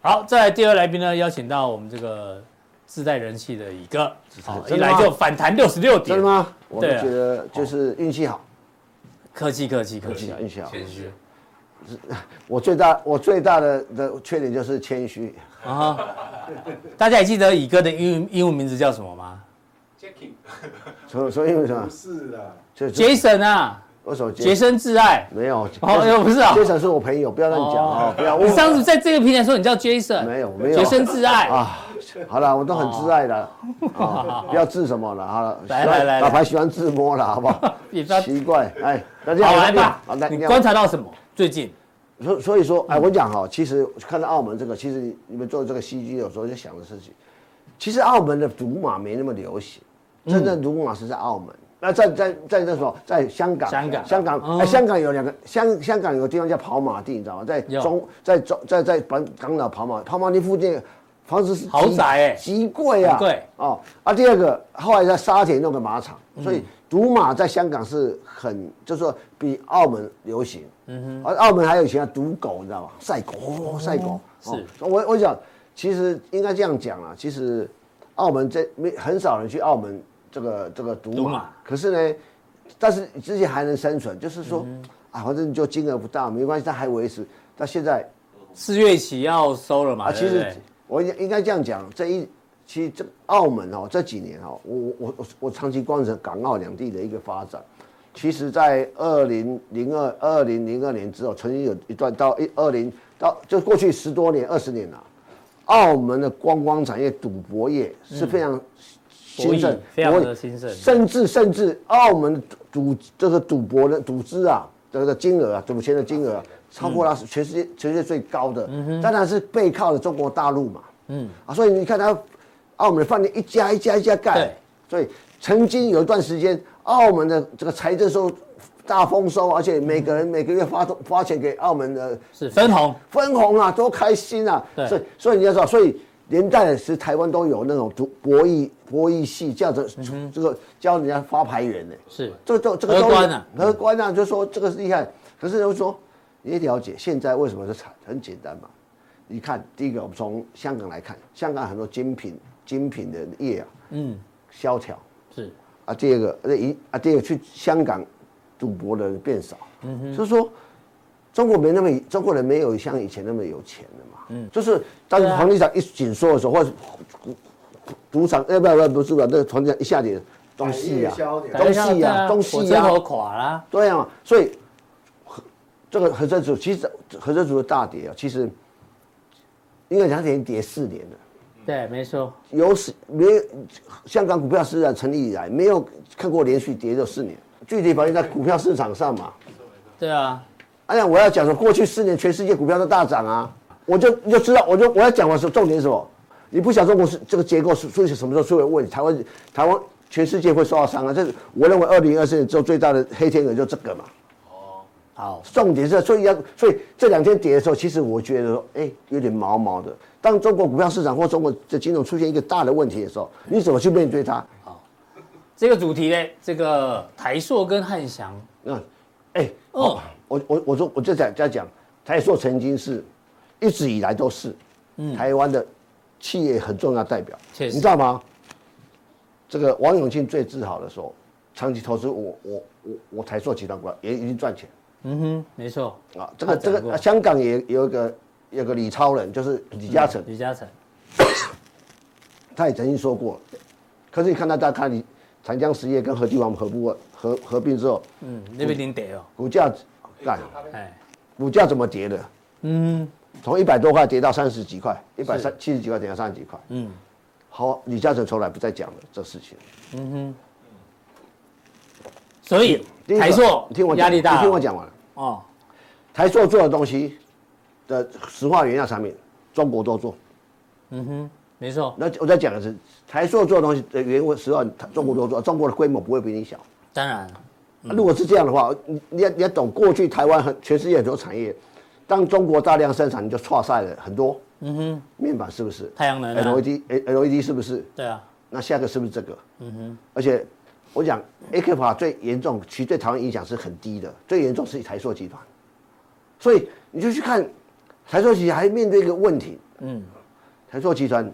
好，再来第二来宾呢，邀请到我们这个自带人气的乙哥，好，一
真的
来
吗
就反弹六十六
真
点
的，吗？我
对
们
啊
觉得就是运气好，
客气客气客
运气
气
哦
好，，运气好。
谦虚，
我最大我最大的的缺点就是谦虚，
啊大家还记得乙哥的英文英文名字叫什么吗
Jackie，
所以所以为什么
不？是啦，
就是
？Jason 啊，
我手
洁
机
身自爱。
没有，
哦，哎呦，不是啊，
杰森是我朋友，不要乱讲
哦
哦，不要
你
误
上次在这个平台说你叫 Jason，
没有没有
洁身自爱啊，
啊。好了，我都很自爱的， 啊，不要自什么了，好了，
来
喜欢
来来
老牌喜欢自摸了，好不
？
好
也不要
奇怪，哎，那这样
好来吧
好，那，
你
这样
观察到什么？最近
所所以说，
嗯
哎，我讲哈，其实看到澳门这个，其实你你们做这个戏剧，有时候就想的事情，其实澳门的赌马没那么流行，
嗯
真正赌马是在澳门。那在在在那时候，在香港，
香港
香港，
嗯
哎，香港有两个香，香港有个地方叫跑马地，你知道吗？在
有
中，在中，在在港港岛跑马，跑马地附近房子是极
豪宅哎
极贵啊，
很贵
哦啊。第二个，后来在沙田弄个马场，所以赌马在香港是很，就是说比澳门流行。嗯哼，而澳门还有以前的赌狗，你知道吗？赛狗，哦赛狗。
是
哦我我想，其实应该这样讲啊，其实澳门这没很少人去澳门这个这个赌
赌马
马，可是呢，但是之前还能生存，就是说、啊，反正就金额不大，没关系，他还维持。但现在
四月起要收了嘛？
啊，
对
其
不
实
对
我应应该这样讲，这一其实这澳门哦，这几年哦，我我我我长期观察港澳两地的一个发展。其实，在二零零二二零零二年之后，曾经有一段到一二零到就过去十多年二十年了、澳门的观光产业、赌博业是非常
嗯
兴
博
盛
弈，非常的
博弈
兴盛
甚至甚至澳门赌这个赌博的赌资啊，这个金额啊，赌钱的金额、啊、超过了全世界、全世界最高的，当然是背靠着中国大陆嘛，嗯啊，所以你看它澳门的饭店一家一家一家
对
盖，所以曾经有一段时间，澳门的这个财政收入大丰收，而且每个人每个月发发钱给澳门的
是分红，
分红啊，多开心啊！
对
所以所以你要知道，所以连带是台湾都有那种赌博弈博弈系，这样子、这个教人家发牌员呢、
嗯是
这这这个都
荷官啊
荷官啊，就说这个是厉害。可是就说你也了解，现在为什么是惨？很简单嘛，你看第一个，我们从香港来看，香港很多精品精品的业啊
嗯，
萧条
是
啊，第二个那一啊，第二个去香港赌博的人变少，
嗯
就是说中国没那么中国人没有像以前那么有钱了嘛，就是当
对啊
房地产一紧缩的时候，或者赌场呃不不不是吧，那个房地产一下跌，东西啊
百业萧，条
东西
对
啊，东
火
西
车
啊
头，垮啦，
对啊，所以这个合资组其实合资组的大跌啊，其实因为它连跌四年了。
对，没错，
有史没有香港股票市场成立以来，没有看过连续跌这四年，具体反映在股票市场上嘛。
对啊，
哎呀，我要讲说，过去四年全世界股票都大涨啊，我就你就知道，我就我要讲的是重点是什么？你不想中国是这个结构是出现什么时候出现问题？台湾台湾全世界会受到伤啊害，这是我认为二零二四年之后最大的黑天鹅就这个嘛。
好，
重点是，所以要，所以这两天跌的时候，其实我觉得说，哎、有点毛毛的。当中国股票市场或中国的金融出现一个大的问题的时候，你怎么去面对它？
这个主题呢，这个台硕跟汉翔，
嗯，哎、
哦，
我我我说我就讲在讲，台塑曾经是，一直以来都是，台湾的企业很重要代表，
嗯确
你
实
知道吗？这个王永庆最自豪的说，长期投资我我我我台塑集团股票也已经赚钱。
嗯哼，没错，
啊，这个
他讲
这
过
个、啊香港也有一个有个李超人，就是李嘉诚，
李嘉诚，
他也曾经说过，可是你看他大家看你长江实业跟和记网合不合合并之后，
嗯，那边零得哦，
股价干
哎，
股价怎么跌的？
嗯，
从一百多块跌到三十几块，一百三七十几块跌到三十几块。嗯，好，李嘉诚从来不再讲了这事情。
所以
第一个
台硕
你听我讲
压力大，
你听我，讲完了。
哦，
台塑做的东西的石化原料产品，中国都做。
没错，
那我再讲一次，台塑做的东西的原物实际上中国都做，中国的规模不会比你小。
当然，嗯
如果是这样的话，你你要你要懂过去台湾很全世界很多产业，当中国大量生产，你就错赛了很多。嗯哼，面板是不是？
太阳能啊
LED L LED 是不是？
对啊，
那下个是不是这个？嗯哼，而且我讲 A K 法最严重，其实对台湾影响是很低的，最严重是台塑集团。所以你就去看台塑集团还面对一个问题，
嗯，
台塑集团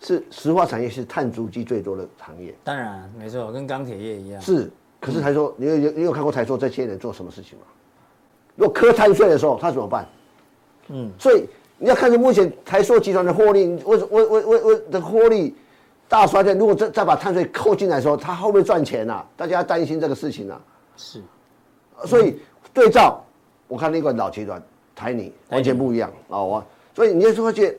是石化产业是碳足迹最多的行业，
当然没错，跟钢铁业一样，
是。可是台塑，你有你有看过台塑这些年做什么事情吗？如果磕碳税的时候，他怎么办？
嗯，
所以你要看着目前台塑集团的获利，为什为为为为的获利大衰退，如果再再把碳税扣进来的时候，它会不会赚钱啊？大家要担心这个事情啊。
是
所以对照我看那个老集团台泥完全不一样啊、哦，我所以你就说去，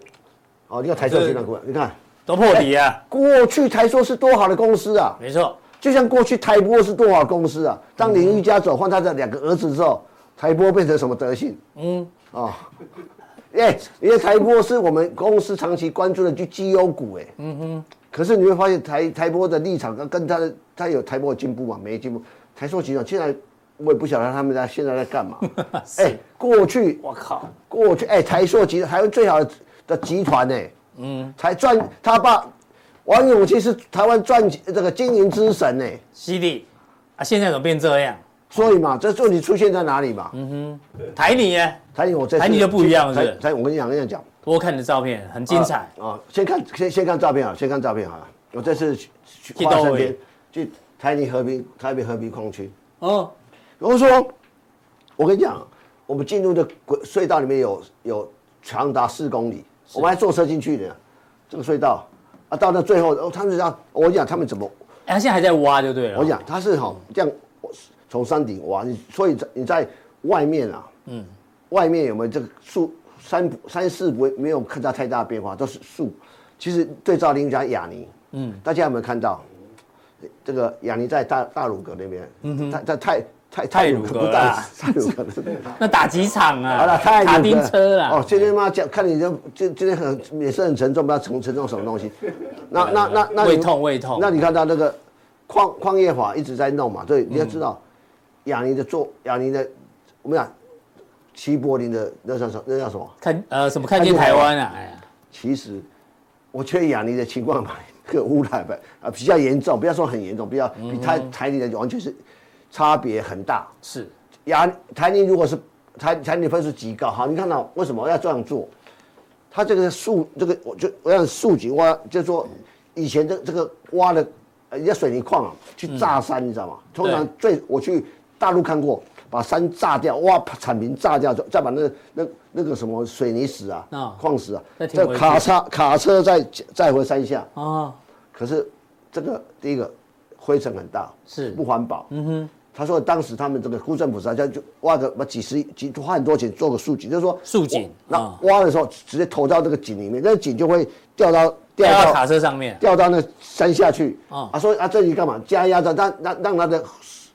哦，你看台塑集团股，你看
都破底啊，
过去台塑是多好的公司啊，
没错，
就像过去台波是多好的公司啊，当林玉佳走换他的两个儿子之后，台波变成什么德性？
嗯，
哦，哎、因为台波是我们公司长期关注的就绩优股、哎，嗯哼。可是你会发现台台波的立场跟跟他的他有台波的进步嘛？没进步。台塑集团现在我也不晓得他们在现在在干嘛。哎、过去
我靠，
过去哎、台塑集团台湾最好的的集团呢、嗯，才赚他爸王永庆是台湾赚这个经营之神呢、
犀利啊，现在怎么变这样？
所以嘛，这问题出现在哪里嘛？
台泥耶，
台影我这次
嗯台影就不一样了是不是
台台影我跟你讲，跟你讲，
我看你的照片很精彩，
啊、哦先看先先看照片啊，先看照片好了。我这次去去
去
花
到
生
位
边去台泥和平台北和平矿区，
哦，
我说，我跟你讲，我们进入的轨隧道里面有有长达四公里，我们还坐车进去的，这个隧道啊，到那最后，哦，他们要我跟你讲他们怎么，
哎，他现在还在挖就对了，
我跟你讲他是哈、这样我从山顶挖，你所以在你在外面啊，嗯，外面有没有这个树山山势不会没有看到太大变化，都是树，其实对照邻家雅尼，嗯，大家有没有看到？这个雅尼在大大鲁阁那边，嗯在在泰泰
泰鲁
不
阁
是大
啦
泰鲁阁。
那打几场啊？
好了，太
打
牛
丁
了
车啊啦，
哦，今天妈讲，看你这今今天很也是很沉重，不知道沉沉重什么 东西。那那那那你
胃痛胃痛
那你看到那个矿矿业法一直在弄嘛，对，你要
嗯
知道，雅尼的做雅尼的，我们讲齐柏林的那叫什么？那叫什么？
看呃什么看见台湾啊？哎呀，
其实我觉得雅尼的情况吧，这个污染吧啊比较严重，不要说很严重，比较比台
嗯
台里的完全是差别很大。
是
牙台泥如果是台台泥分数极高，好，你看到为什么要这样做？它这个数这个我就我要数据挖，就是说以前这这个挖的呃人家水泥矿啊，
嗯
去炸山，你知道吗？通常最我去大陆看过，把山炸掉，挖铲平炸掉，再把那个那那个什么水泥石啊
啊、
矿石啊，
再停
这
回去
卡车卡车再再回山下，
哦，
可是这个第一个灰尘很大，
是
不环保。嗯哼，他说当时他们这个khu政府大家就挖个把几十亿几花很多钱做个树井，就是说
树井
那
啊
挖的时候直接投到这个井里面，那个井就会掉到掉
掉到
到
卡车上面，
掉到那山下去。
啊
啊，所以啊这里干嘛加压着，让让让它的。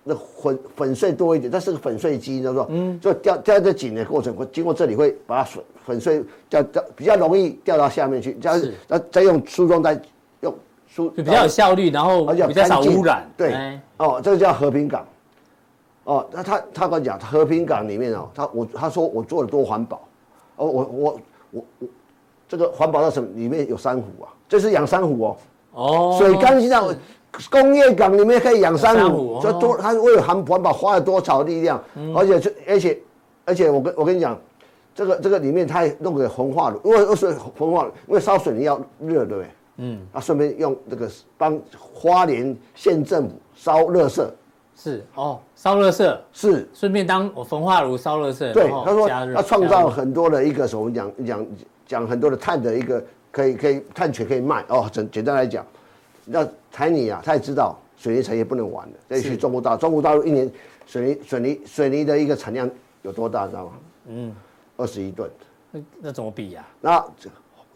那粉粉碎多一点，它是个粉碎机，你知道吗？嗯，就掉掉在井的过程，会经过这里会把它粉粉碎掉掉，比较容易掉到下面去。这样
是，
那再用梳妆再用梳，
就比较有效率，然后
而且
比较少
干净
污染，
对
哎，
哦，这个叫和平港。哦，那他他跟我讲，和平港里面哦，他我他说我做的多环保，哦，我我我我，这个环保到什么？里面有珊瑚啊，这是养珊瑚哦，
哦，
水干净到工业港里面可以养珊
珊瑚
瑚
哦，
这多他为了环环保花了多少力量，而且这而且而且我跟我跟你讲，这个这个里面他也弄个红化炉，因为是红化炉，因为烧水泥要热，对不对？嗯，啊，顺便用这个帮花莲县政府烧热色，
是哦，烧热色，
是
顺便当我焚化炉烧热色，
对
然，后
他说
加热
他创造
加热
很多的一个什么讲讲讲很多的碳的一个可以可以碳权可以卖哦，简简单来讲，那台泥啊，他也知道水泥产业不能玩的，再去中国大陆，中国大陆一年水泥水泥水泥的一个产量有多大，知道吗？嗯，二十一吨，
那那怎么比啊呀？
那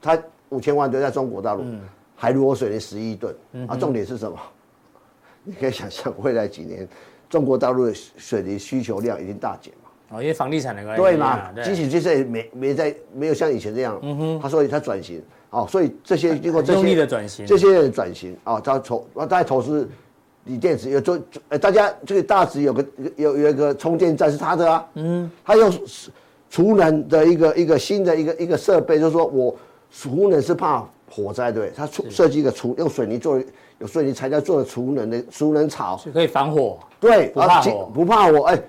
它五千万吨在中国大陆，
嗯
海螺水泥十一吨，啊，重点是什么？ 你可以想象未来几年中国大陆的水泥需求量已经大减嘛。
哦，因为房地产的关系啊，
对嘛？
对嗯
基础建设也没没在没有像以前这样，他所以他转型哦，所以这些经过这些
很用力的转型
这些人转型啊，他投他在投资锂电池，有做呃大家这个大直有个有有一个充电站是他的啊，嗯，他用储能的一个一个新的一个一个设备，就是说我储能是怕火灾对不对，他储设计一个储用水泥做的有水泥材料做的储能的储能槽，
就可以防火，
对，啊
不怕
及
火
啊不怕火，哎，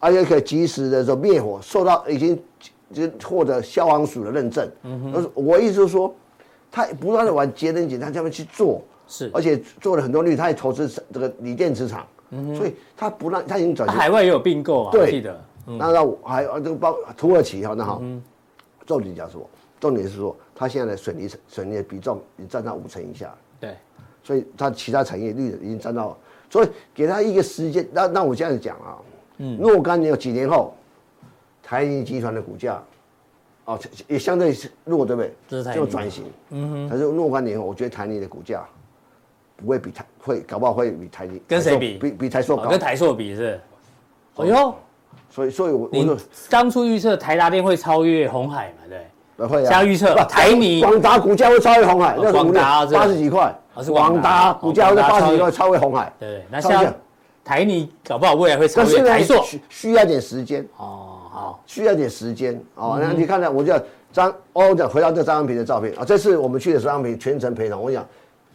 而且可以及时的说灭火，受到已经就获得消防署的认证。嗯哼，我意思是说，他不断的往节能减碳上面去做，
是
而且做了很多绿，他也投资这个锂电池厂，所以他不让他已经转
它
型
海外也有并购啊，
对
我记得。
那那我还啊这个包土耳其哈，那好，重点讲什么？重点是说，它现在的水泥水泥的比重已经占到五成以下了，
对，
所以它其他产业率已经占到，所以给它一个时间。那那我这样讲啊，
嗯
若干年几年后，台泥集团的股价，哦，也相对是弱，对不
这是台
对？
泥
就转型，嗯哼。但是若干年后，我觉得台泥的股价不会比台会，搞不好会比台泥
跟谁
台塑
比
比比台塑
哦
高
跟。台硕比是。哎呦，
所以所以我我
你
说
当初预测台达电会超越红海嘛？对，
会啊，
加预测
不
台泥
广达股价会超越红海，那
广达啊这个
八十几块
哦，是广达
广达
哦
股价会在
广达
八
超
十
越
几块超越红海，
对不对？那
超越
像台泥搞不好未来会超
但
越
是呢
台硕。
需需要一点时间，
哦，好，
需要一点时间哦。那你看呢？我就张哦，讲回到这张安平的照片啊，这次我们去的时候，张安平全程陪同。我讲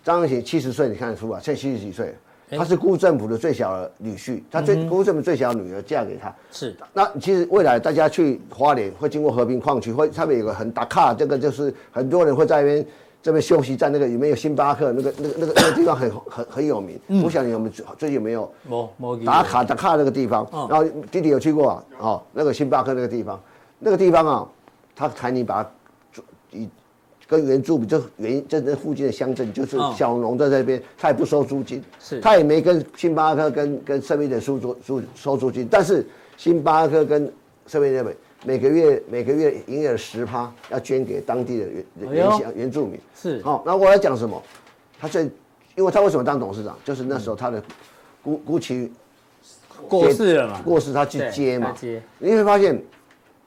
张安平七十岁，你看得出啊，现在七十几岁，他是辜政府的最小的女婿，他最辜政府最小的女儿嫁给他，
是
那其实未来大家去花莲会经过和平矿区，会上面有个很打卡，这个就是很多人会在那边这边休息站那个有没有星巴克那个那个那个那个地方很很很有名。我想你有没有最最近有没有
摩摩哦
打卡打卡那个地方？然后弟弟有去过啊，哦，那个星巴克那个地方，那个地方啊，他台泥把它做以跟原住民就原这这附近的乡镇就是
嗯
小农在这边，他也不收租金，
是
他也没跟星巴克跟跟圣彼得收租租收租金，但是星巴克跟圣彼得每每个月每个月营业额十趴要捐给当地的原
哎呦
原乡原住民，
是
好、那我要讲什么？他最，因为他为什么当董事长，就是那时候他的姑姑其
过世了嘛？
过世他去
对
接嘛
他，接
你会发现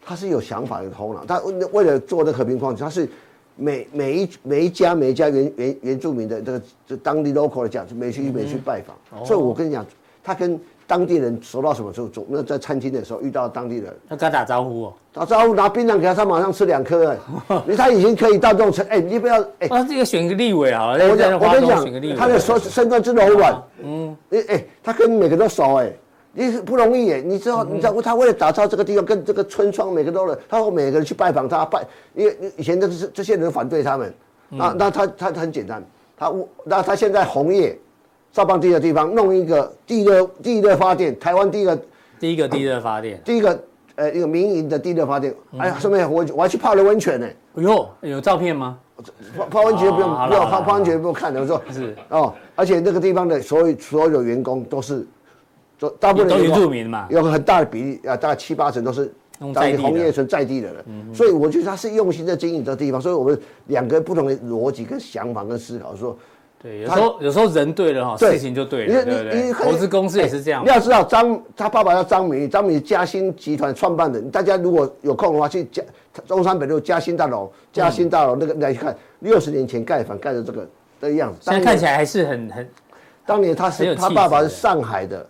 他是有想法、有头脑。他为为了做这和平矿区，他是每每一每一家每一家原原原住民的这个这当地 local 的讲，每
嗯
去每去拜访。
哦
所以我跟你讲，他跟当地人熟到什么时候？总那在餐厅的时候遇到当地人，
要跟他打招呼哦。
打招呼拿槟榔给他，他马上吃 两颗。哎，因为他已经可以到这种程，哎，你不要哎。
啊，这个选个立委好了，
我
在
讲，我
花
跟你
东选个啊立
讲，
委。
他的身身段之柔软，嗯，哎、哎，他跟每个都熟哎、你是不容易哎、你知
嗯
道，你知道，他为了打造这个地方，跟这个村庄每个都有，他会每个人去拜访他，拜，因为因为以前这个是这些人反对他们，
嗯
那那他他他很简单，他那他现在红叶，少棒地的地方弄一个地热地热发电，台湾第一个
第一个地热发电。
第一个呃一个民营的地热发电，
嗯
哎呀，顺便我我还去泡了温泉呢、
哎呦，有照片吗？
泡泡温泉不用
哦好了
不要
好
泡
了
泡温泉不用看的，我说
是
哦，而且那个地方的所有所有的员工都是，都大部分的
都
员
原
工
住民嘛
有很大的比例啊，大概七八成都是
用
当
在
地
地的嗯
红叶村在地的人，所以我觉得他是用心在经营这个地方，所以我们两个不同的逻辑跟想法跟思考说，
对，有时候有时候人对了哈，
对
哦事情就对了，
你
对不
你
对？
你看
投资公司也是这样
哎你。要知道张他爸爸叫张明，张明嘉兴集团创办人，大家如果有空的话去嘉中山北路嘉兴大楼，嘉兴大楼那个来看，六十年前盖房盖的这个这个样子，
现在
当年
看起来还是很很
当年他
很有
是
气质
他爸爸是上海的，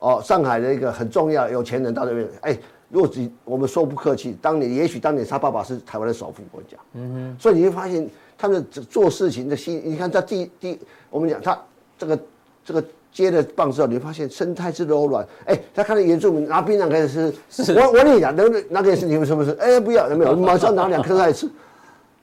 哦，上海的一个很重要有钱人到那边，哎，如果只我们说不客气，当年也许当年他爸爸是台湾的首富，我讲，嗯哼，所以你会发现他们做做事情的心，你看他第第，我们讲他这个这个。接了棒之后，你会发现生态之柔软。哎、他看到原住民拿槟榔开始吃，
是
我我跟你啊讲，那个那个是你们什么事？哎、不要，有没有？马上拿两颗来吃。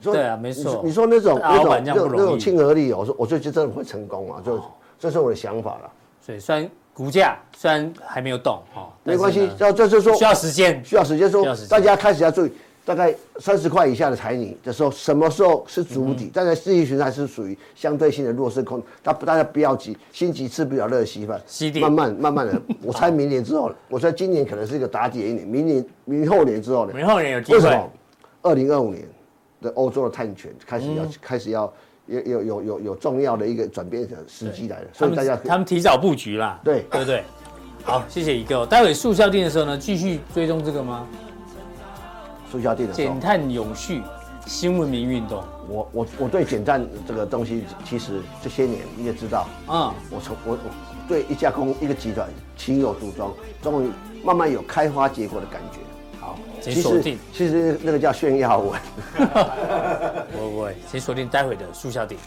说
对啊没错
你说那种
大
那
老
种
板
那
这样
种
不容易
那种亲和力哦，我说我就觉得真的会成功啊，就这是我的想法了，
所以虽然股价虽然还没有动哈，但
没
是
关系
呢，
要这就是说
需要时间。
需要时间说
需要时间，
大家开始要注意，大概三十块以下的台泥的时候，什么时候是主
嗯
底？但是四季循环是属于相对性的弱势空，它大家不要急，心急吃不了热稀饭
吸，地
慢慢慢慢 的，我猜明年之后，我猜今年可能是一个打底的一年，明年明后年之后呢？
明后年有机
为什
会
么，？二零二五年的欧洲的碳权开始要、
嗯
开始要有有有有有重要的一个转变的时机来了，
他
所以大家
们他们提早布局啦，
对
对不对？好，谢谢一个哦。待会速效定的时候呢，继续追踪这个吗？
促销电的时候
减，碳永续新文明运动，
我我我对减碳这个东西，其实这些年你也知道，
嗯，
我从我我对一家公一个集团情有独钟，终于慢慢有开花结果的感觉。
好，请
其
锁
实
定，
其实那个叫炫耀文。
不会不会，请锁定待会的速效定。